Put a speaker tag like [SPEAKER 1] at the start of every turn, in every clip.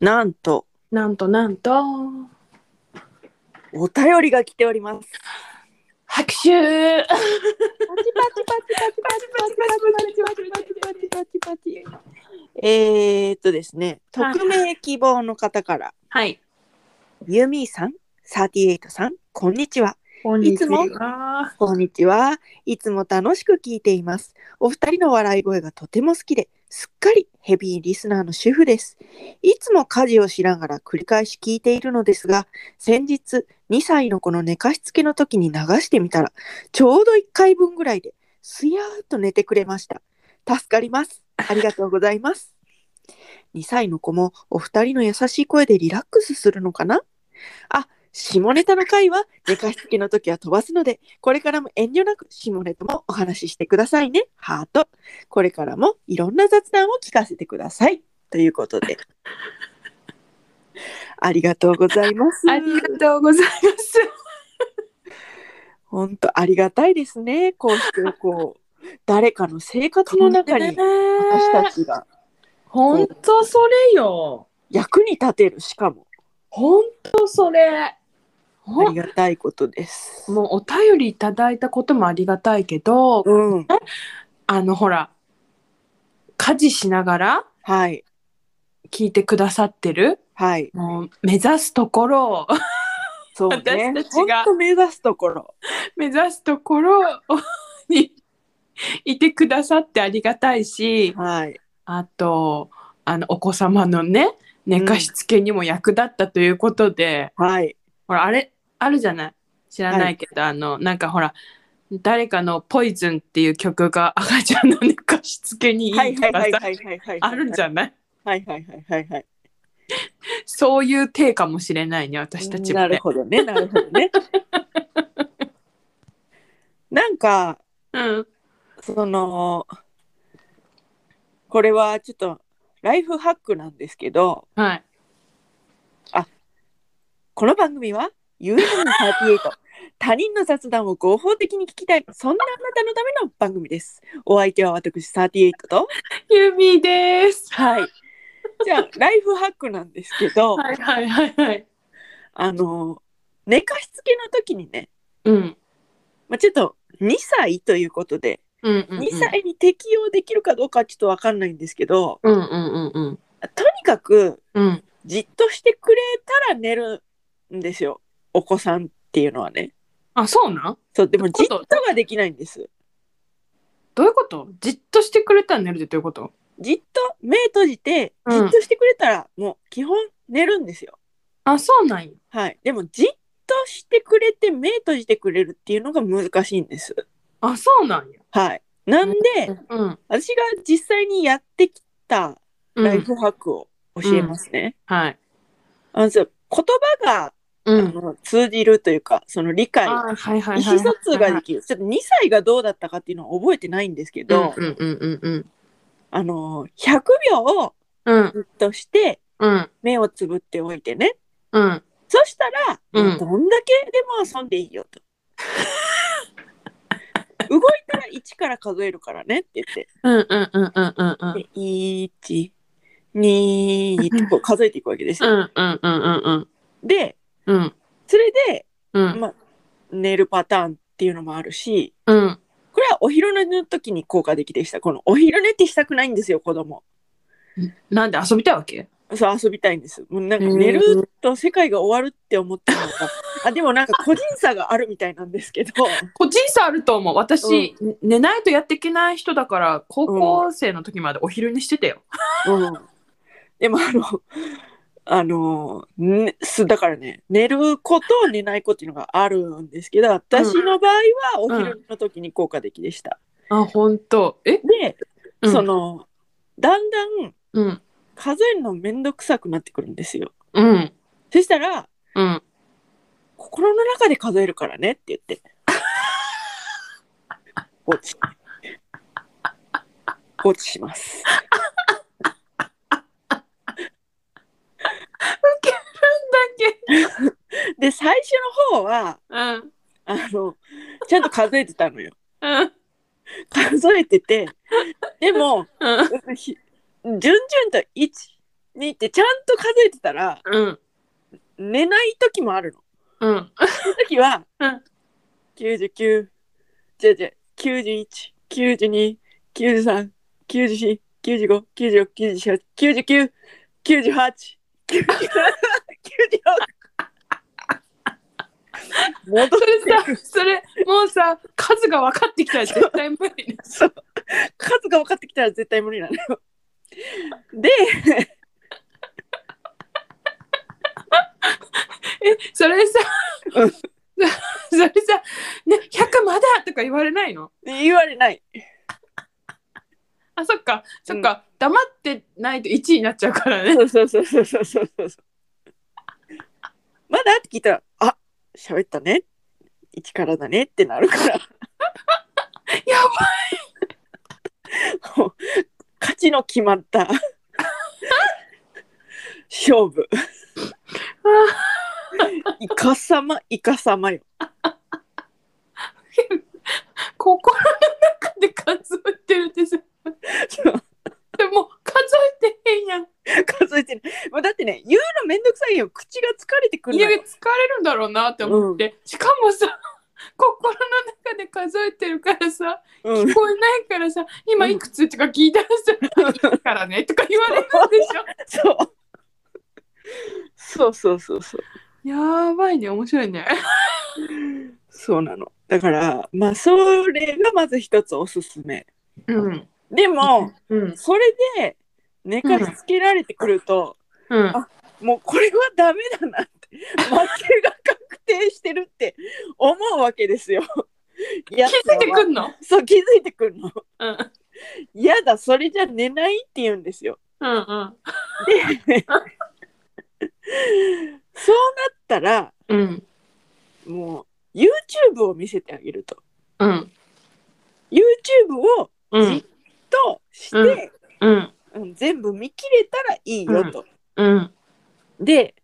[SPEAKER 1] なんと、
[SPEAKER 2] なんとなんと
[SPEAKER 1] お便りが来ております。
[SPEAKER 2] 拍手
[SPEAKER 1] えー、っとですね、
[SPEAKER 2] はい
[SPEAKER 1] 匿名希望の方から、
[SPEAKER 2] はい
[SPEAKER 1] ユーミーさん、38さん、こんにちは。
[SPEAKER 2] こん
[SPEAKER 1] にちはい
[SPEAKER 2] つも
[SPEAKER 1] こんにちは。いつも楽しく聞いています。お二人の笑い声がとても好きで、すっかりヘビーリスナーの主婦です。いつも家事をしながら繰り返し聞いているのですが、先日2歳の子の寝かしつけの時に流してみたら、ちょうど1回分ぐらいで、すやーっと寝てくれました。助かります。ありがとうございます。2歳の子もお二人の優しい声でリラックスするのかなあ、下ネタの回は寝かしつけの時は飛ばすので、これからも遠慮なく下ネタもお話ししてくださいね。ハート。これからもいろんな雑談を聞かせてください。ということで。ありがとうございます。
[SPEAKER 2] ありがとうございます
[SPEAKER 1] 本当ありがたいですね。こうしてこ う誰かの生活の中に私たちが
[SPEAKER 2] 本当それよ
[SPEAKER 1] 役に立てるしかも
[SPEAKER 2] 本当それ
[SPEAKER 1] あ
[SPEAKER 2] ほ
[SPEAKER 1] り
[SPEAKER 2] ん
[SPEAKER 1] がたいことです。
[SPEAKER 2] もうお便りいただいたこともありがたいけど
[SPEAKER 1] うん、
[SPEAKER 2] あのほら家事しながら
[SPEAKER 1] はい
[SPEAKER 2] 聞いてくださってる
[SPEAKER 1] はい、
[SPEAKER 2] もう目指すところを
[SPEAKER 1] そうね
[SPEAKER 2] 私た。ち
[SPEAKER 1] 本
[SPEAKER 2] が
[SPEAKER 1] 当目指すところ。
[SPEAKER 2] 目指すところにいてくださってありがたいし
[SPEAKER 1] はい、
[SPEAKER 2] あとあのお子様のね寝かしつけにも役立ったということで、
[SPEAKER 1] はい、
[SPEAKER 2] ほらあれあるじゃない知らないけど、あのなんかほら誰かの「ポイズン」っていう曲が赤ちゃんの寝かしつけにいいと
[SPEAKER 1] はいはい
[SPEAKER 2] か
[SPEAKER 1] はい
[SPEAKER 2] さ
[SPEAKER 1] はいはいはい。
[SPEAKER 2] あるんじゃない
[SPEAKER 1] はいはいはいはいはい。
[SPEAKER 2] そういう体かもしれないね私たちも
[SPEAKER 1] なる
[SPEAKER 2] ね。
[SPEAKER 1] ほどね、なるほどね。 なんか
[SPEAKER 2] うん、
[SPEAKER 1] そのこれはちょっとライフハックなんですけど。
[SPEAKER 2] はい
[SPEAKER 1] この番組は u n 3 8他 人の雑談を合法的に聞きたいそんなあなたのための番組ですお相手は私38と
[SPEAKER 2] ゆみです。
[SPEAKER 1] はいじゃあライフハックなんですけど、
[SPEAKER 2] はいはいはいはい。
[SPEAKER 1] あの寝かしつけの時にね、
[SPEAKER 2] うん。
[SPEAKER 1] まあ、ちょっと2歳ということで
[SPEAKER 2] うんうん、うん。
[SPEAKER 1] 2歳に適用できるかどうかはちょっとわかんないんですけど
[SPEAKER 2] うんうんうんうん。
[SPEAKER 1] とにかく
[SPEAKER 2] うん。
[SPEAKER 1] じっとしてくれたら寝るんですよお子さんっていうのはね
[SPEAKER 2] あ、そうなん
[SPEAKER 1] そうでも
[SPEAKER 2] どう
[SPEAKER 1] じっ
[SPEAKER 2] いうこと
[SPEAKER 1] とができないんです
[SPEAKER 2] どういうことじっとしてくれたら寝るってどういうこと
[SPEAKER 1] じっと目閉じてじ
[SPEAKER 2] う
[SPEAKER 1] っ
[SPEAKER 2] ん
[SPEAKER 1] としてくれたら、もう基本寝るんですよ。
[SPEAKER 2] あ、そうなんや。
[SPEAKER 1] はい。でもじっとしてくれて目閉じてくれるっていうのが難しいんです。
[SPEAKER 2] あ、そうなんや。
[SPEAKER 1] はい。なんで、
[SPEAKER 2] うん。
[SPEAKER 1] 私が実際にやってきた
[SPEAKER 2] う
[SPEAKER 1] ライ
[SPEAKER 2] ん。
[SPEAKER 1] フハックを教えますね。
[SPEAKER 2] はい。
[SPEAKER 1] あのそう言葉が、
[SPEAKER 2] う
[SPEAKER 1] あ。の通じるというかその理解。
[SPEAKER 2] あ、はいはいはい。
[SPEAKER 1] 意思疎通ができるちょっと2歳がどうだったかっていうのは覚えてないんですけど、
[SPEAKER 2] うんうんうんうん
[SPEAKER 1] あの100秒を
[SPEAKER 2] うん。うん
[SPEAKER 1] じっとして
[SPEAKER 2] うん
[SPEAKER 1] 目をつぶっておいてね
[SPEAKER 2] うん。
[SPEAKER 1] そしたら、
[SPEAKER 2] うん
[SPEAKER 1] どんだけでも遊んでいいよと。 動いたら1から数えるからねって言って
[SPEAKER 2] うんうんうんうんうんうん。
[SPEAKER 1] で、1、2ってこう数えていくわけです
[SPEAKER 2] う
[SPEAKER 1] よ。
[SPEAKER 2] んうんうんうんうん。
[SPEAKER 1] で、
[SPEAKER 2] うん
[SPEAKER 1] それで、
[SPEAKER 2] うん
[SPEAKER 1] まあ、寝るパターンっていうのもあるし、
[SPEAKER 2] うん。
[SPEAKER 1] これはお昼寝の時に効果的でした。このお昼寝ってしたくないんですよ、子供。
[SPEAKER 2] なんで遊びたいわけ
[SPEAKER 1] そう遊びたいんです。もうなんか
[SPEAKER 2] へー
[SPEAKER 1] 寝ると世界が終わるって思ってるのか。あでもなんか個人差があるみたいなんですけど。
[SPEAKER 2] 個人差あると思う。私、寝ないとやっていけない人だから、高校生の時までお昼寝してたよ。
[SPEAKER 1] うん、でもあのあの、ね、すだからね寝ること寝ないことっていうのがあるんですけど私の場合はお昼の時に効果的でした。
[SPEAKER 2] あ、ほんと。え
[SPEAKER 1] で、
[SPEAKER 2] うん
[SPEAKER 1] そのだんだん
[SPEAKER 2] うん。
[SPEAKER 1] 数えるのめんどくさくなってくるんですよ。
[SPEAKER 2] うん。
[SPEAKER 1] そしたら
[SPEAKER 2] うん。
[SPEAKER 1] 心の中で数えるからねって言っ て。放置放置します。 で最初の方は
[SPEAKER 2] だけ。
[SPEAKER 1] あのちゃんと数えてたのよ。
[SPEAKER 2] うん。うん。
[SPEAKER 1] 数えててでも
[SPEAKER 2] うん。
[SPEAKER 1] ひ順々と1にってちゃんと数えてたら
[SPEAKER 2] うん
[SPEAKER 1] 寝ない時もあるの。
[SPEAKER 2] うん
[SPEAKER 1] その時は、
[SPEAKER 2] うん
[SPEAKER 1] 99じゃじゃ91、92、93、94、95、96、97、99、98、97、96。戻
[SPEAKER 2] それ
[SPEAKER 1] って
[SPEAKER 2] さそれもうさ数が分かってきたら絶対無理ね
[SPEAKER 1] そう数が分かってきたら絶対無理なのよ。で、
[SPEAKER 2] えそれさ
[SPEAKER 1] うん
[SPEAKER 2] それさ「ね100まだ!」とか言われないの
[SPEAKER 1] 言われない。
[SPEAKER 2] あそっかそっか、黙ってないと1位になっちゃうからね
[SPEAKER 1] そ うそうそうそうそうそうそう。まだって聞いたら、あ喋ったね。一からだねってなるから。やばい。勝ちの決まった。勝負。イカ様、イカ様よ。
[SPEAKER 2] 心の中で数えてるってさでも数えてへんやん
[SPEAKER 1] 数えてる。もうだってね、言うのめんどくさいよ。口が疲れてくる
[SPEAKER 2] い
[SPEAKER 1] の
[SPEAKER 2] や疲
[SPEAKER 1] よ
[SPEAKER 2] れるんだろうなって思って、しかもさ 心の中で数えてるからさ
[SPEAKER 1] うん
[SPEAKER 2] 聞こえないからさ「今いくつ?」とか聞いたらさ「いいからね」とか言われるでしょ
[SPEAKER 1] そう。そうそうそうそう。
[SPEAKER 2] やばいね面白いね
[SPEAKER 1] そうなの。だから、まあ、それがまず一つおすすめ。
[SPEAKER 2] うん
[SPEAKER 1] でも、
[SPEAKER 2] うん
[SPEAKER 1] それで寝かしつけられてくると、
[SPEAKER 2] うん
[SPEAKER 1] もうこれはダメだなって、 負けが確定してるって思うわけですよ。気
[SPEAKER 2] 気づいてくんの
[SPEAKER 1] そう、気づいてくるの。
[SPEAKER 2] うん
[SPEAKER 1] やだ、それじゃ寝ないって言うんですよ。
[SPEAKER 2] うんうん
[SPEAKER 1] そうなったら、
[SPEAKER 2] うん
[SPEAKER 1] もう YouTube を見せてあげると。
[SPEAKER 2] うん
[SPEAKER 1] YouTube を
[SPEAKER 2] う
[SPEAKER 1] じっ
[SPEAKER 2] ん
[SPEAKER 1] として、
[SPEAKER 2] うん
[SPEAKER 1] うん全部見切れたらいいよと。
[SPEAKER 2] うん
[SPEAKER 1] で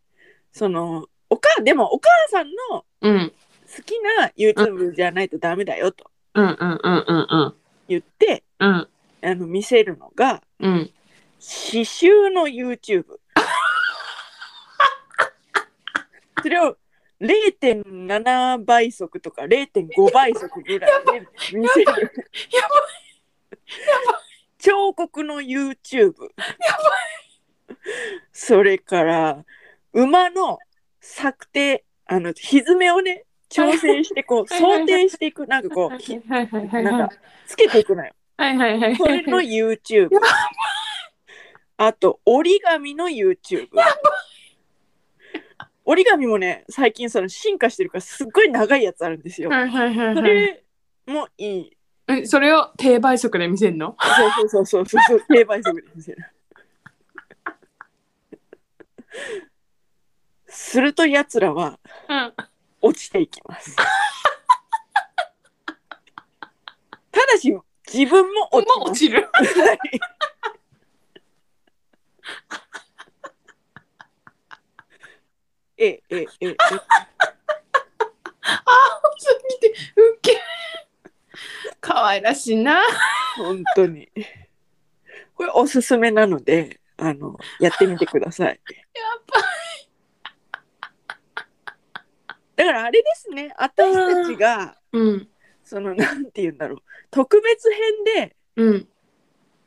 [SPEAKER 1] そのおかでもお母さんの
[SPEAKER 2] うん
[SPEAKER 1] 好きな YouTube じゃないとダメだよと
[SPEAKER 2] うんうんうんうんうん
[SPEAKER 1] 言って
[SPEAKER 2] うん
[SPEAKER 1] あの見せるのが
[SPEAKER 2] うん
[SPEAKER 1] 刺繍の YouTube それを0.7倍速とか0.5倍速ぐらいで見せる彫刻の YouTube それから馬の策定あの蹄めをね調整してこう
[SPEAKER 2] はいはいはい
[SPEAKER 1] 想定していくなんかこうひ
[SPEAKER 2] はいはいはい
[SPEAKER 1] な
[SPEAKER 2] は
[SPEAKER 1] ん
[SPEAKER 2] い
[SPEAKER 1] かつけていくのよ
[SPEAKER 2] はいはいはい
[SPEAKER 1] これの YouTube あと折り紙の YouTube 折り紙もね最近その進化してるからすっごい長いやつあるんですよ
[SPEAKER 2] はいはいはい
[SPEAKER 1] そ
[SPEAKER 2] はい
[SPEAKER 1] れもいい
[SPEAKER 2] えそれを低倍速で見せんの
[SPEAKER 1] そうそうそうそうそう定番速ですよするとやつらは
[SPEAKER 2] うん
[SPEAKER 1] 落ちていき ますただし自分も落ち
[SPEAKER 2] もう
[SPEAKER 1] ま
[SPEAKER 2] 落
[SPEAKER 1] す
[SPEAKER 2] ちる
[SPEAKER 1] ええええええ
[SPEAKER 2] すぎてウケ可愛らしいな
[SPEAKER 1] 本当に。これおすすめなので、あの、やってみてください。だからあれですね、私たちが、
[SPEAKER 2] うん
[SPEAKER 1] その、なんて言うんだろう、特別編で
[SPEAKER 2] うん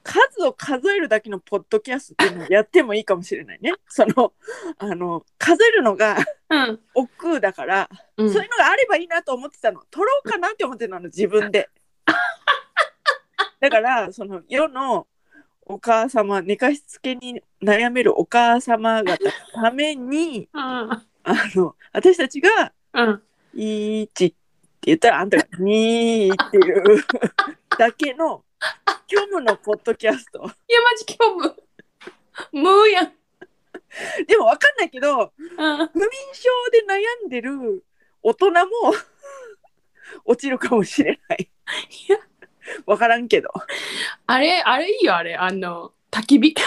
[SPEAKER 1] 数を数えるだけのポッドキャストっていうのをやってもいいかもしれないね。その、あの、数えるのが
[SPEAKER 2] うん
[SPEAKER 1] 億劫だから、
[SPEAKER 2] うん
[SPEAKER 1] そういうのがあればいいなと思ってたの撮ろうかなって思ってたの自分でだからその世のお母様寝かしつけに悩めるお母様方のために
[SPEAKER 2] うん
[SPEAKER 1] あの私たちが
[SPEAKER 2] うん
[SPEAKER 1] 「1」って言ったらあんたが「2」っていうだけの虚無のポッドキャスト
[SPEAKER 2] いやマジ虚無無やん
[SPEAKER 1] でも分かんないけど
[SPEAKER 2] うん
[SPEAKER 1] 不眠症で悩んでる大人も 落ちるかもしれない
[SPEAKER 2] いや
[SPEAKER 1] 分からんけど
[SPEAKER 2] あれあれいいよあれあの焚き火
[SPEAKER 1] あ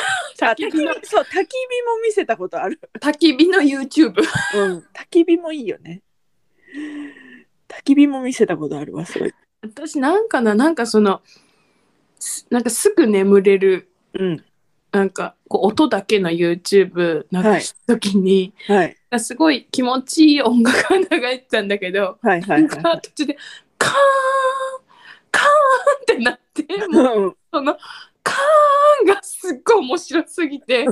[SPEAKER 1] 焚
[SPEAKER 2] 焚
[SPEAKER 1] き
[SPEAKER 2] き
[SPEAKER 1] 火
[SPEAKER 2] 火の
[SPEAKER 1] そう焚き火も見せたことある。
[SPEAKER 2] 焚き火の YouTube
[SPEAKER 1] うん、焚き火もいいよね。焚き火も見せたことあるわそれ。
[SPEAKER 2] 私なんかななんかそのすなんかすぐ眠れる
[SPEAKER 1] うん
[SPEAKER 2] なんかこう音だけの YouTube 流す時に、
[SPEAKER 1] はい。
[SPEAKER 2] すごい気持ちいい音楽が流れてたんだけど、
[SPEAKER 1] はいはいはいは
[SPEAKER 2] な ん
[SPEAKER 1] い
[SPEAKER 2] か。途中でカーンカーンってなってもう
[SPEAKER 1] うん
[SPEAKER 2] そのカーンがすっごい面白すぎて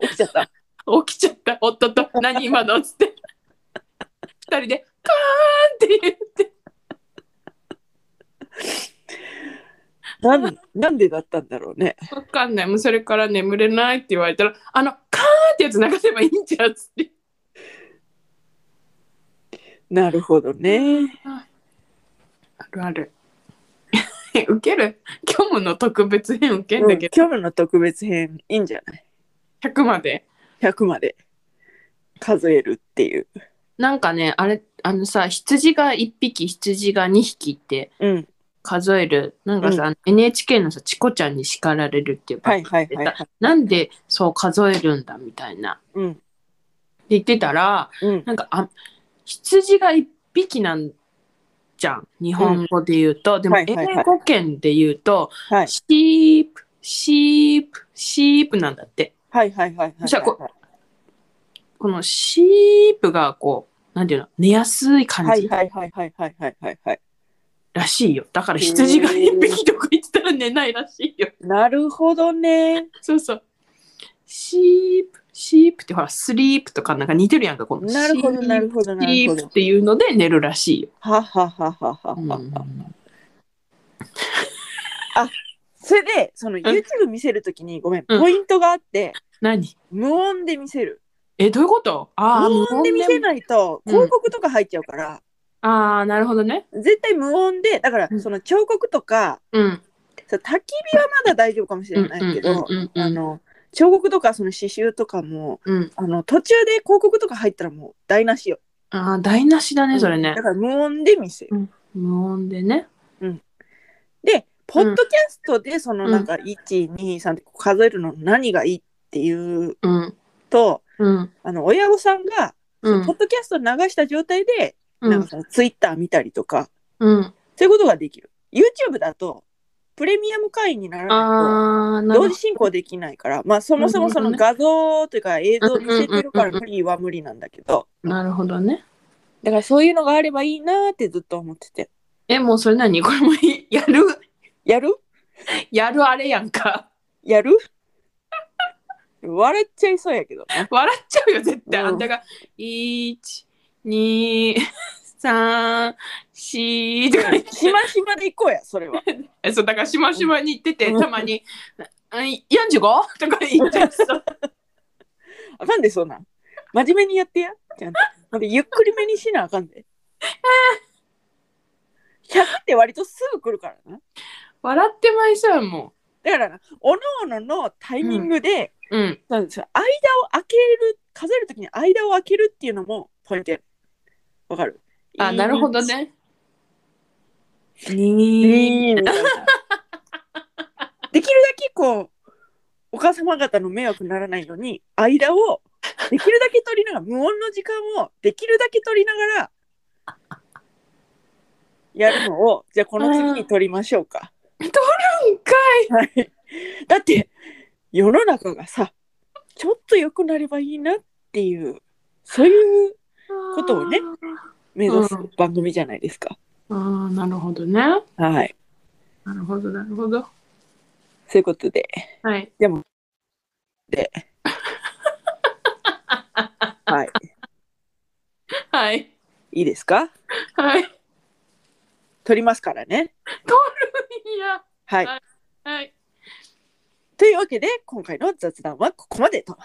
[SPEAKER 1] 起きちゃった。
[SPEAKER 2] 起きちゃった夫と「何今の」っつって二人で「カーン!」って言って
[SPEAKER 1] なんなんでだったんだろうね。
[SPEAKER 2] 「わかんないもうそれから眠れない」って言われたら「あのカーン!」ってやつ流せばいいんじゃんっつって
[SPEAKER 1] なるほどね。
[SPEAKER 2] あるあ るウケる今日の特別編ウケんだけど、
[SPEAKER 1] うん今日の特別編いいんじゃない
[SPEAKER 2] 100まで
[SPEAKER 1] ?100 まで数えるっていう。
[SPEAKER 2] なんかねあれあのさ羊が1匹羊が2匹って
[SPEAKER 1] うん。
[SPEAKER 2] 数えるなんかさ、NHK のさチコちゃんに叱られるっていう
[SPEAKER 1] は
[SPEAKER 2] 番
[SPEAKER 1] い
[SPEAKER 2] 組
[SPEAKER 1] はいはいはい。
[SPEAKER 2] なんでそう数えるんだみたいな。
[SPEAKER 1] うん
[SPEAKER 2] って言ってたら
[SPEAKER 1] うん。
[SPEAKER 2] なんかあ羊が1匹なんじゃん日本語で言うと、でも
[SPEAKER 1] はい
[SPEAKER 2] 英
[SPEAKER 1] はいはい
[SPEAKER 2] 語圏で言うと、
[SPEAKER 1] はい
[SPEAKER 2] シープシープシープなんだって
[SPEAKER 1] はいはいはいはい。
[SPEAKER 2] じゃあこ
[SPEAKER 1] は
[SPEAKER 2] このシープがこうなんていうの寝やすい感
[SPEAKER 1] い
[SPEAKER 2] じ
[SPEAKER 1] はいはいはいはいはいはいはい。
[SPEAKER 2] らしいよ、だから羊が1匹とか言ってたら寝ないらしいよ
[SPEAKER 1] なるほどね。
[SPEAKER 2] そうそうシープシープってほらスリープとかなんか似てるやんかこの
[SPEAKER 1] なるほど
[SPEAKER 2] シープ
[SPEAKER 1] なるほどな
[SPEAKER 2] シ
[SPEAKER 1] るほ
[SPEAKER 2] ープっ
[SPEAKER 1] ど。
[SPEAKER 2] ていうので寝るらしいよ。
[SPEAKER 1] はははははは。それでその YouTube 見せるときにごめん、
[SPEAKER 2] うん
[SPEAKER 1] ポイントがあって
[SPEAKER 2] 何
[SPEAKER 1] 無音で見せる。
[SPEAKER 2] えどういうことああ
[SPEAKER 1] 無音で見せ
[SPEAKER 2] い
[SPEAKER 1] ないと
[SPEAKER 2] うん
[SPEAKER 1] 広告とか入っちゃうから、
[SPEAKER 2] ああなるほどね。
[SPEAKER 1] 絶対無音でだから
[SPEAKER 2] うん
[SPEAKER 1] その彫刻とか、
[SPEAKER 2] うん。
[SPEAKER 1] そう焚き火はまだ大丈夫かもし
[SPEAKER 2] う
[SPEAKER 1] れ
[SPEAKER 2] ん
[SPEAKER 1] ないけど
[SPEAKER 2] うんう
[SPEAKER 1] あ
[SPEAKER 2] ん
[SPEAKER 1] の彫刻とかその刺繍とかも
[SPEAKER 2] うん。
[SPEAKER 1] あの途中で広告とか入ったらもう台無しよ。
[SPEAKER 2] ああ台無しだねそれね
[SPEAKER 1] だ。から無音で見せる。
[SPEAKER 2] 無音でね。
[SPEAKER 1] でポッドキャストでそのなんか123って数えるの何がいいっていう
[SPEAKER 2] うん
[SPEAKER 1] と
[SPEAKER 2] うん
[SPEAKER 1] あの親御さんが
[SPEAKER 2] う
[SPEAKER 1] ポッ
[SPEAKER 2] ん
[SPEAKER 1] ドキャスト流した状態で、
[SPEAKER 2] う
[SPEAKER 1] なん
[SPEAKER 2] ん
[SPEAKER 1] かそのツイッター見たりとか、
[SPEAKER 2] うん。
[SPEAKER 1] そういうことができる。YouTube だと、プレミアム会員にならない
[SPEAKER 2] ああ
[SPEAKER 1] と、
[SPEAKER 2] なるほ
[SPEAKER 1] 同
[SPEAKER 2] ど
[SPEAKER 1] 時。進行できないから、まあそもそもその
[SPEAKER 2] なる
[SPEAKER 1] 画像というか映像を見せてるか
[SPEAKER 2] う
[SPEAKER 1] ら
[SPEAKER 2] んうんうんうん
[SPEAKER 1] 無理は無理なんだけど、
[SPEAKER 2] なるほどね。
[SPEAKER 1] だからそういうのがあればいいなーってずっと思ってて。
[SPEAKER 2] えもうそれ何これもいやる
[SPEAKER 1] やる
[SPEAKER 2] やるあれやんか。
[SPEAKER 1] やる笑っちゃいそうやけどな。
[SPEAKER 2] 笑っちゃうよ絶対、
[SPEAKER 1] うん
[SPEAKER 2] あんたが123と か言って
[SPEAKER 1] しましまで行こうや、それは。
[SPEAKER 2] えそうだからしましまに行ってて、
[SPEAKER 1] うん
[SPEAKER 2] たまに「あい 45? とか言っちゃいそう
[SPEAKER 1] あかんで、そうなん。真面目にやってや。ちゃんと。ほんでゆっくりめにしなあかんで。100って割とすぐ来るからな。
[SPEAKER 2] 笑ってまいそうやも
[SPEAKER 1] だからな、おのおののタイミングで、
[SPEAKER 2] んうん
[SPEAKER 1] そうなんですよ間を空ける、数えるときに間を空けるっていうのもポイントやる。わかる
[SPEAKER 2] あなるほど。ね
[SPEAKER 1] い
[SPEAKER 2] に
[SPEAKER 1] いいいみたいなできるだけこう、お母様方の迷惑にならないように、間をできるだけ取りながら、無音の時間をできるだけ取りながら、やるのを、じゃあこの次に取りましょうか。
[SPEAKER 2] んか
[SPEAKER 1] はい。だって世の中がさちょっと良くなればいいなっていうそういう
[SPEAKER 2] い
[SPEAKER 1] ことをね目指す
[SPEAKER 2] うん
[SPEAKER 1] 番組じゃないですか。
[SPEAKER 2] あーなるほどねな
[SPEAKER 1] はい。
[SPEAKER 2] るほどなるほど
[SPEAKER 1] そういうことで
[SPEAKER 2] はい
[SPEAKER 1] はい
[SPEAKER 2] はい
[SPEAKER 1] いいですか
[SPEAKER 2] はいい
[SPEAKER 1] 撮りますからね。
[SPEAKER 2] や
[SPEAKER 1] はい。
[SPEAKER 2] はい
[SPEAKER 1] というわけで今回の雑談はここまで と。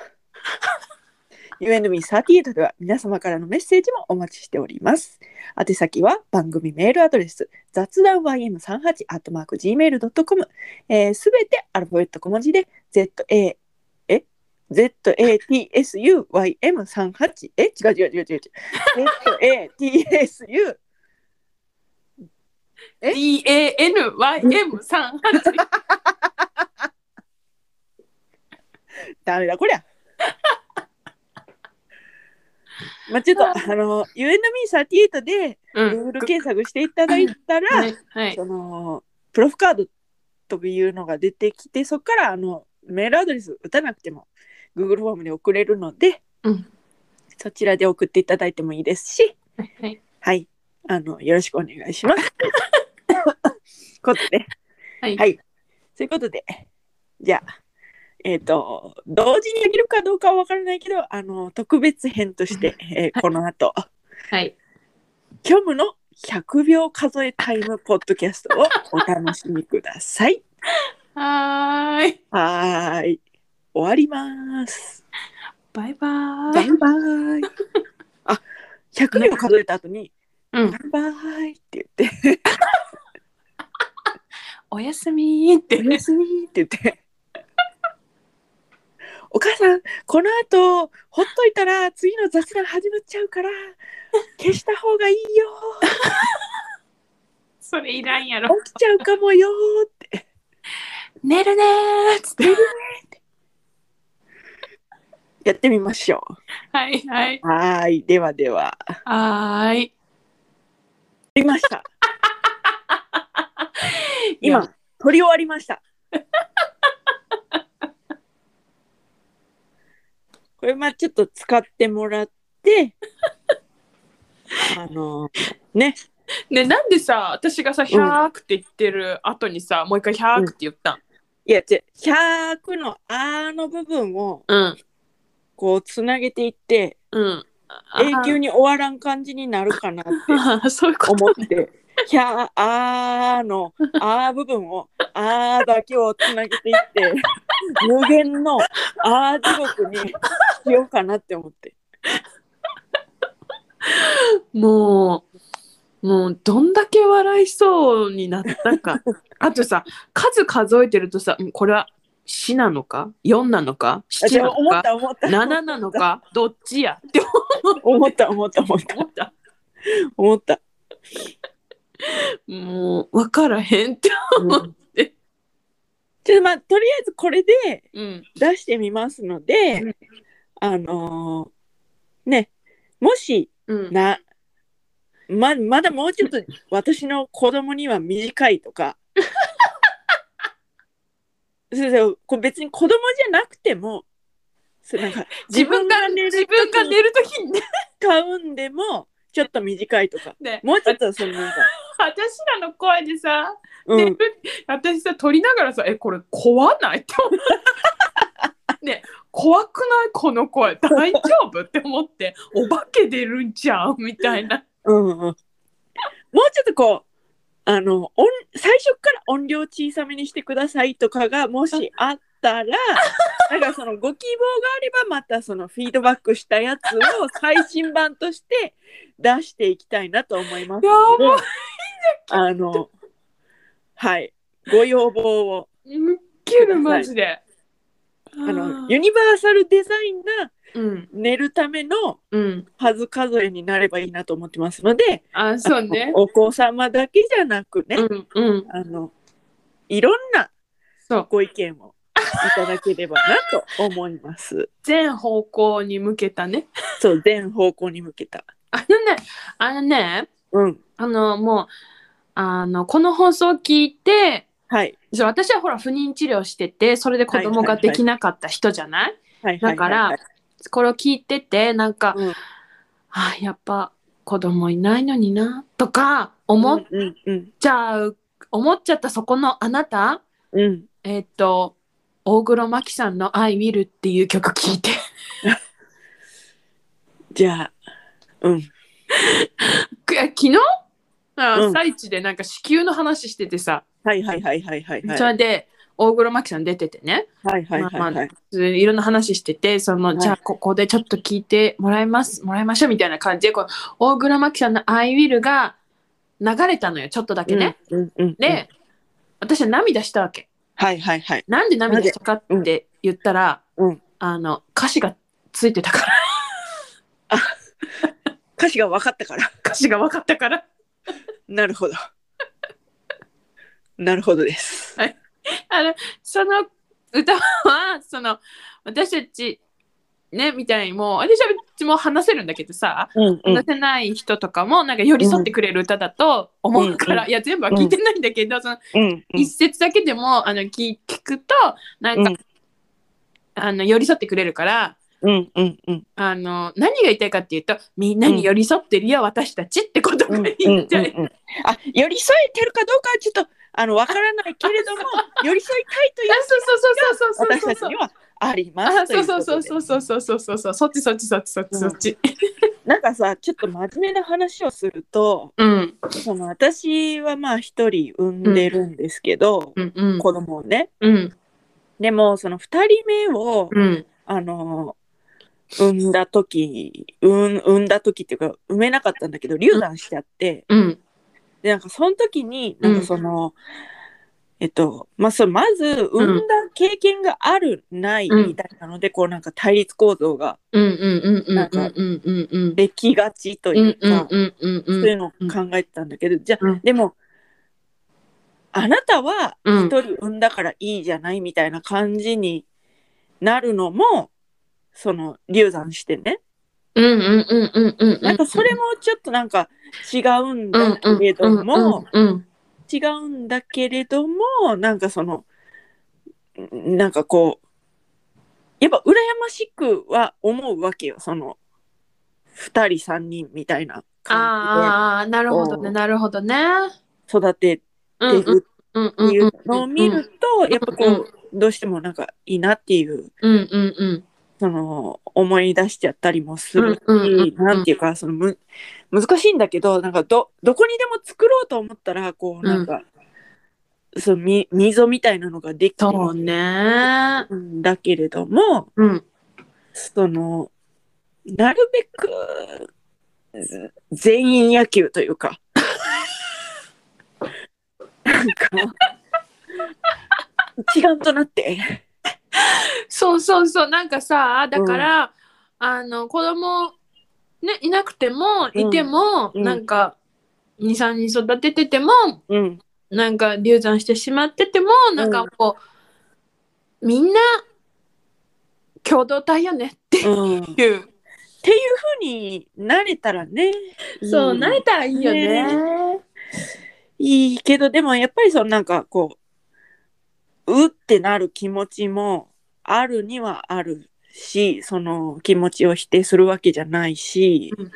[SPEAKER 1] UNME38 では皆様からのメッセージもお待ちしております。宛先は番組メールアドレス雑談 ym38-gmail.com すべ、えー、全てアルファベット小文字で ZA え ZATSUYM38 え違う違う違う違う違う ZATSU
[SPEAKER 2] DANYM38
[SPEAKER 1] ダメだこりゃ。 まあちょっとあの UNME38 で
[SPEAKER 2] う
[SPEAKER 1] Google 検索していただいたら、
[SPEAKER 2] はいはい
[SPEAKER 1] そのプロフカードというのが出てきてそこからあのメールアドレス打たなくても Google フォームで送れるので、
[SPEAKER 2] うん
[SPEAKER 1] そちらで送っていただいてもいいですし、
[SPEAKER 2] はい。
[SPEAKER 1] はい、あのよろしくお願いし ます。ことで、
[SPEAKER 2] はい
[SPEAKER 1] はいそういうことで、じゃあ、えっ、と、同時にできるかどうかは分からないけど、あの特別編として、えーこの後、
[SPEAKER 2] はい。
[SPEAKER 1] 虚無の100秒数えタイムポッドキャストをお楽しみください。
[SPEAKER 2] はーい。
[SPEAKER 1] はーい、終わります。
[SPEAKER 2] バイバ
[SPEAKER 1] バ
[SPEAKER 2] ー
[SPEAKER 1] イ
[SPEAKER 2] イ。
[SPEAKER 1] バーイ。あ、100秒数えた後に、
[SPEAKER 2] うん
[SPEAKER 1] バ。イバーイって言って、
[SPEAKER 2] おやすみーっ
[SPEAKER 1] お
[SPEAKER 2] て。
[SPEAKER 1] やすみって言って。 お母さん、この後、ほっといたら次の雑談始まっちゃうから、消した方がいいよ、
[SPEAKER 2] それいらんやろ。
[SPEAKER 1] 起きちゃうかもよって。
[SPEAKER 2] 寝るねーっつって。
[SPEAKER 1] やってみましょ
[SPEAKER 2] はいはい。
[SPEAKER 1] う。はーい、ではでは。あ
[SPEAKER 2] はーい。
[SPEAKER 1] りました。今、撮り終わりました。これ、まあ、ちょっと使ってもらって、あの、ね、
[SPEAKER 2] ね、なんでさ、私がさ、ひゃーくって言ってる後にさ、もう一回ひゃーくって言ったん。
[SPEAKER 1] いや、じゃ100のあーの部分を、
[SPEAKER 2] うん。
[SPEAKER 1] こう、つなげていって、
[SPEAKER 2] うん。
[SPEAKER 1] 永久に終わらん感じになるかな って
[SPEAKER 2] あー そういうこと
[SPEAKER 1] 思って、ひゃー、あーの、あー部分を、あーだけをつなげていって、無限のあー地獄にしようかなって思って。
[SPEAKER 2] もう、もう、どんだけ笑いそうになっ たか。あとさ、数数えてるとさ、んこれは4なのか ?4 なのか
[SPEAKER 1] あ、
[SPEAKER 2] ?7
[SPEAKER 1] じゃ
[SPEAKER 2] な
[SPEAKER 1] あ
[SPEAKER 2] の
[SPEAKER 1] 思っ
[SPEAKER 2] か
[SPEAKER 1] た思った
[SPEAKER 2] ?7 なのかどっちやって
[SPEAKER 1] 思った思った思った
[SPEAKER 2] 思った。
[SPEAKER 1] 思った。
[SPEAKER 2] もう、わからへんって。
[SPEAKER 1] うんちょっとまあとりあえずこれで
[SPEAKER 2] うん。
[SPEAKER 1] 出してみますので、
[SPEAKER 2] うん
[SPEAKER 1] あのーねもし
[SPEAKER 2] うん。
[SPEAKER 1] なままだもうちょっと私の子供には短いと かそうそうこう別に子供じゃなくてもそうなんか
[SPEAKER 2] 自分が寝る、自分が寝るときにね
[SPEAKER 1] 買うんでもちょっと短いとか
[SPEAKER 2] ね、
[SPEAKER 1] もうちょっとそのなんか、
[SPEAKER 2] 私らの声でさ、
[SPEAKER 1] う
[SPEAKER 2] で
[SPEAKER 1] ん、
[SPEAKER 2] 私さ撮りながらさ「えこれ怖ない?」って思って ね怖くないこの声大丈夫って 思ってお化け出るんちゃうみたいな
[SPEAKER 1] うんうん、もうちょっとこうあの音最初から音量小さめにしてくださいとかがもしあった らなんかそのご希望があればまたそのフィードバックしたやつを最新版として出していきたいなと思います
[SPEAKER 2] や
[SPEAKER 1] のであのはいご要望を
[SPEAKER 2] むっきるマジで。
[SPEAKER 1] あ
[SPEAKER 2] あ
[SPEAKER 1] のユ
[SPEAKER 2] ー
[SPEAKER 1] ニバーサルデザインが
[SPEAKER 2] うん
[SPEAKER 1] 寝るための
[SPEAKER 2] うん
[SPEAKER 1] 数数えになればいいなと思ってますので
[SPEAKER 2] あそうね
[SPEAKER 1] お子様だけじゃなくね、
[SPEAKER 2] うんうん
[SPEAKER 1] あの、いろんな
[SPEAKER 2] そう
[SPEAKER 1] ご意見をいただければなと思います。
[SPEAKER 2] 全方向に向けたね
[SPEAKER 1] そう、全方向に向けた。
[SPEAKER 2] あのねあのね
[SPEAKER 1] うん。
[SPEAKER 2] あのもうあのこの放送聞いて
[SPEAKER 1] はい。
[SPEAKER 2] そう私はほら不妊治療しててそれで子供ができなかった人じゃない
[SPEAKER 1] はい。
[SPEAKER 2] だから、
[SPEAKER 1] はい
[SPEAKER 2] これを聞いててなんか、
[SPEAKER 1] うん
[SPEAKER 2] あやっぱ子供いないのになとか思っ
[SPEAKER 1] うんうん
[SPEAKER 2] ちゃう、思っちゃったそこのあなた
[SPEAKER 1] うん。うん。
[SPEAKER 2] えっ、と大黒摩季さんの「I Will」っていう曲聞いて
[SPEAKER 1] じゃあ、うん。
[SPEAKER 2] く昨日あ、
[SPEAKER 1] うん
[SPEAKER 2] 朝一でなんか子宮の話しててさ、
[SPEAKER 1] はいはいはいはいはいはい。
[SPEAKER 2] そ
[SPEAKER 1] はい
[SPEAKER 2] れで大黒摩季さん出ててね、
[SPEAKER 1] はいはい
[SPEAKER 2] まあま
[SPEAKER 1] は
[SPEAKER 2] あ
[SPEAKER 1] い。
[SPEAKER 2] そういろんな話しててその、
[SPEAKER 1] い
[SPEAKER 2] じゃあここでちょっと聞いてもらいますもらいましょうみたいな感じでこう大黒摩季さんの「I Will」が流れたのよちょっとだけね。
[SPEAKER 1] うんうんうん。
[SPEAKER 2] で、、私は涙したわけ。
[SPEAKER 1] はいはいはい。
[SPEAKER 2] なんで涙したか
[SPEAKER 1] な
[SPEAKER 2] っ
[SPEAKER 1] ぜ
[SPEAKER 2] て言ったら、
[SPEAKER 1] うん
[SPEAKER 2] あの歌詞がついてたから
[SPEAKER 1] 歌詞が分かったから。
[SPEAKER 2] 歌詞が分かったから
[SPEAKER 1] なるほど。なるほどです。
[SPEAKER 2] あのその歌はその私たちねみたいにもう私は別にもう話せるんだけどさ
[SPEAKER 1] うん
[SPEAKER 2] 話せない人とかもなんか寄り添ってくれる歌だと思うから、
[SPEAKER 1] う
[SPEAKER 2] いや全部は聞いてないんだけど、その
[SPEAKER 1] うん。
[SPEAKER 2] 一節だけでもあの聞聞くとなんか、
[SPEAKER 1] うん
[SPEAKER 2] あの寄り添ってくれるから
[SPEAKER 1] うんうんうん
[SPEAKER 2] あの何が言いたいかっていうとみんなに寄り添ってるよ、私たちってこと
[SPEAKER 1] うん
[SPEAKER 2] が
[SPEAKER 1] うんう
[SPEAKER 2] 言い
[SPEAKER 1] ん
[SPEAKER 2] たい。
[SPEAKER 1] うんあ寄り添えてるかどうかはちょっとあのわからないけれど も寄り添いたいという
[SPEAKER 2] あそうそうそうそう
[SPEAKER 1] 私
[SPEAKER 2] そう
[SPEAKER 1] たち
[SPEAKER 2] そう
[SPEAKER 1] にはありま
[SPEAKER 2] あ
[SPEAKER 1] すとい
[SPEAKER 2] そう
[SPEAKER 1] うこ
[SPEAKER 2] そ
[SPEAKER 1] と
[SPEAKER 2] う
[SPEAKER 1] で
[SPEAKER 2] そうそうそうそうそうそうそうそっちそっちそっちそっちそっち
[SPEAKER 1] なんかさちょっと真面目な話をすると
[SPEAKER 2] うん
[SPEAKER 1] その私はまあ一人産んでるんですけど、
[SPEAKER 2] うんうん
[SPEAKER 1] 子供をね
[SPEAKER 2] うん
[SPEAKER 1] でもその二人目を、
[SPEAKER 2] うん
[SPEAKER 1] あの産んだ時産ん産んだ時っていうか産めなかったんだけど流産しちゃって
[SPEAKER 2] うん
[SPEAKER 1] でなんかその時になんかその、えっとまあ、そうまず産んだ経験がある、ない
[SPEAKER 2] うん
[SPEAKER 1] みたいなので、こうなんか対立構造が
[SPEAKER 2] うんうんうんうん
[SPEAKER 1] なん
[SPEAKER 2] う
[SPEAKER 1] か
[SPEAKER 2] んうんうんうん
[SPEAKER 1] できがちと
[SPEAKER 2] う
[SPEAKER 1] い
[SPEAKER 2] ん
[SPEAKER 1] うか、
[SPEAKER 2] うんうんうんう
[SPEAKER 1] そ
[SPEAKER 2] ん
[SPEAKER 1] ういうのを考えてたんだけど、じゃあ、
[SPEAKER 2] うん
[SPEAKER 1] でもあなたは
[SPEAKER 2] うん
[SPEAKER 1] 一人産んだからいいじゃないみたいな感じになるのもその流産してね
[SPEAKER 2] うんうんうんうんうんうん
[SPEAKER 1] なんかそれもちょっとなんか違うんだけれども、
[SPEAKER 2] うんうん
[SPEAKER 1] 違うんだけれどもなんかそのんなんかこうやっぱ羨ましくは思うわけよその2人3人みたいな感
[SPEAKER 2] ああなるほどねなるほどね
[SPEAKER 1] じで育て
[SPEAKER 2] うん
[SPEAKER 1] てる
[SPEAKER 2] うん
[SPEAKER 1] っていうのを見るとやっぱ
[SPEAKER 2] う
[SPEAKER 1] こうどうしてもなんかいいなっていう
[SPEAKER 2] うんうんうん
[SPEAKER 1] その思い出しちゃったりもするし、
[SPEAKER 2] うんうんうんうん
[SPEAKER 1] なんていうかそのむ難しいんだけどなんかどどこにでも作ろうと思ったらこうなんか、そのみ溝みたいなのができて
[SPEAKER 2] そうね
[SPEAKER 1] るんだけれども
[SPEAKER 2] うん
[SPEAKER 1] そのなるべくず全員野球というかなんか一丸となって
[SPEAKER 2] そうそうそうなんかさだから、あの子供ねいなくても
[SPEAKER 1] うん
[SPEAKER 2] いても、
[SPEAKER 1] うん
[SPEAKER 2] なんか23人育ててても
[SPEAKER 1] うん
[SPEAKER 2] なんか流産してしまっててもなんかこう、みんな共同体よねっ
[SPEAKER 1] うんって
[SPEAKER 2] ていう、
[SPEAKER 1] いうふうになれたらね
[SPEAKER 2] そう
[SPEAKER 1] うん
[SPEAKER 2] なれたらいいよね。
[SPEAKER 1] いいけどでもやっぱりそのなんかこううってなる気持ちもあるにはあるしその気持ちを否定するわけじゃないし
[SPEAKER 2] うん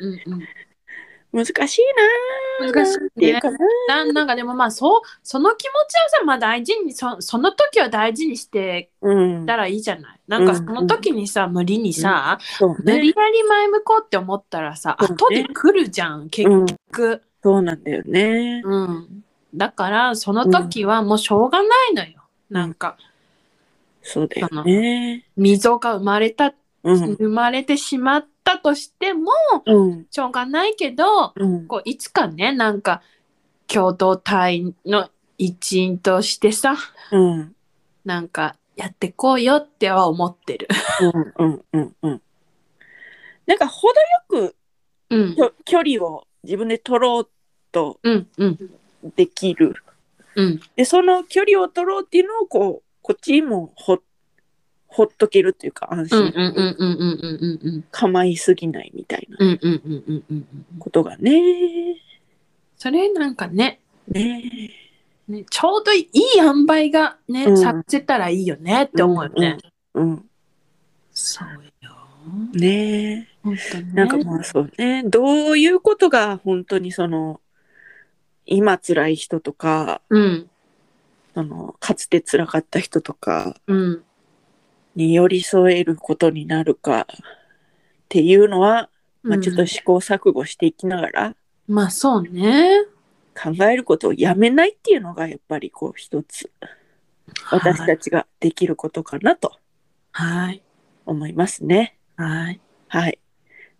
[SPEAKER 2] うん
[SPEAKER 1] 難しい
[SPEAKER 2] うん、
[SPEAKER 1] な
[SPEAKER 2] 難し
[SPEAKER 1] なん
[SPEAKER 2] い
[SPEAKER 1] てい
[SPEAKER 2] ね
[SPEAKER 1] うかな
[SPEAKER 2] ななんかでもまあそうその気持ちをさ、まあ、大事にそその時は大事にして
[SPEAKER 1] うん
[SPEAKER 2] たらいいじゃないなんか
[SPEAKER 1] うん
[SPEAKER 2] その時にさ無理にさ、
[SPEAKER 1] そう
[SPEAKER 2] 無理
[SPEAKER 1] ね
[SPEAKER 2] やり前向こうって思ったらさ、
[SPEAKER 1] そうね
[SPEAKER 2] 後で来るじゃん結
[SPEAKER 1] うん
[SPEAKER 2] 局、
[SPEAKER 1] そうなんだよね
[SPEAKER 2] うん、だからその時はもうしょうがないのよ、なんか
[SPEAKER 1] そうだよね
[SPEAKER 2] 溝が生まれた
[SPEAKER 1] うん
[SPEAKER 2] 生まれてしまったとしても
[SPEAKER 1] うん
[SPEAKER 2] しょうがないけど
[SPEAKER 1] うん
[SPEAKER 2] こういつかねなんか共同体の一員としてさ
[SPEAKER 1] うん
[SPEAKER 2] なんかやってこうよっては思ってる。
[SPEAKER 1] うんうんうんうんなんか程よく
[SPEAKER 2] うん
[SPEAKER 1] きょ距離を自分で取ろうと
[SPEAKER 2] うんうん
[SPEAKER 1] できる
[SPEAKER 2] うん
[SPEAKER 1] でその距離を取ろうっていうのをこうこっちもほほっとけるっていうか安
[SPEAKER 2] うん
[SPEAKER 1] 心、
[SPEAKER 2] うんうんうんうんうんうん
[SPEAKER 1] 構いすぎないみたいな
[SPEAKER 2] うんうんうんうんうんうん
[SPEAKER 1] ことがね
[SPEAKER 2] それなんかね
[SPEAKER 1] ね
[SPEAKER 2] ねちょうどいい塩梅がね、
[SPEAKER 1] うん
[SPEAKER 2] させたらいいよねって思うよね、
[SPEAKER 1] うん
[SPEAKER 2] そうよ
[SPEAKER 1] ね
[SPEAKER 2] 本当ね
[SPEAKER 1] なんかまあそうねどういうことが本当にその今辛い人とか
[SPEAKER 2] うん
[SPEAKER 1] そのかつて辛かった人とか
[SPEAKER 2] うん
[SPEAKER 1] に寄り添えることになるかっていうのは、まあ、ちょっと
[SPEAKER 2] うん
[SPEAKER 1] 試行錯誤していきながら、
[SPEAKER 2] まあそうね
[SPEAKER 1] 考えることをやめないっていうのがやっぱりこう一つ私たちができることかなと
[SPEAKER 2] はい
[SPEAKER 1] 思いますね。
[SPEAKER 2] はい
[SPEAKER 1] はい。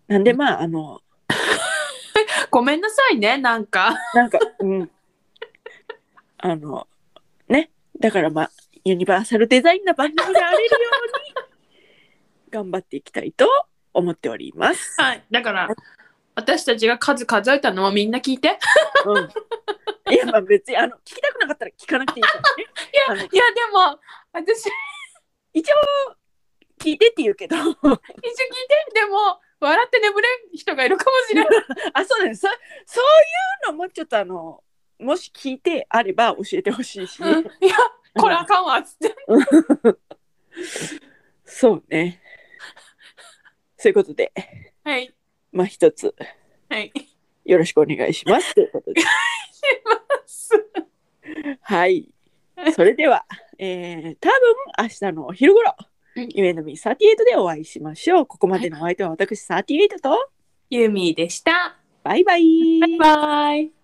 [SPEAKER 1] なんでまああの
[SPEAKER 2] ごめんなさいねなんか
[SPEAKER 1] なんかうんあのねだからまあユニバーサルデザインな番組であれるように頑張っていきたいと思っております。
[SPEAKER 2] はいだから私たちが数数えたのもみんな聞いていや
[SPEAKER 1] うん、いやまあ別にあの聞きたくなかったら聞かなくていいからね。あの
[SPEAKER 2] でも私
[SPEAKER 1] 一応聞いてって言うけど あそう
[SPEAKER 2] 一緒聞いてでも笑って眠れん人がいるかもしれない
[SPEAKER 1] だねそそういうのもちょっとあのもし聞いてあれば教えてほしいし。
[SPEAKER 2] うんいやこれあかんわっつって
[SPEAKER 1] そうね。そういうことで、
[SPEAKER 2] はい。
[SPEAKER 1] まあ一つ
[SPEAKER 2] はい。
[SPEAKER 1] よろしくお願いしますということで。はい。それでは、えー、多分明日のお昼頃
[SPEAKER 2] うん、
[SPEAKER 1] 夢の実38でお会いしましょう。ここまでのお相手は私38と、
[SPEAKER 2] ユミでした。
[SPEAKER 1] バイバイ。
[SPEAKER 2] バイバイ。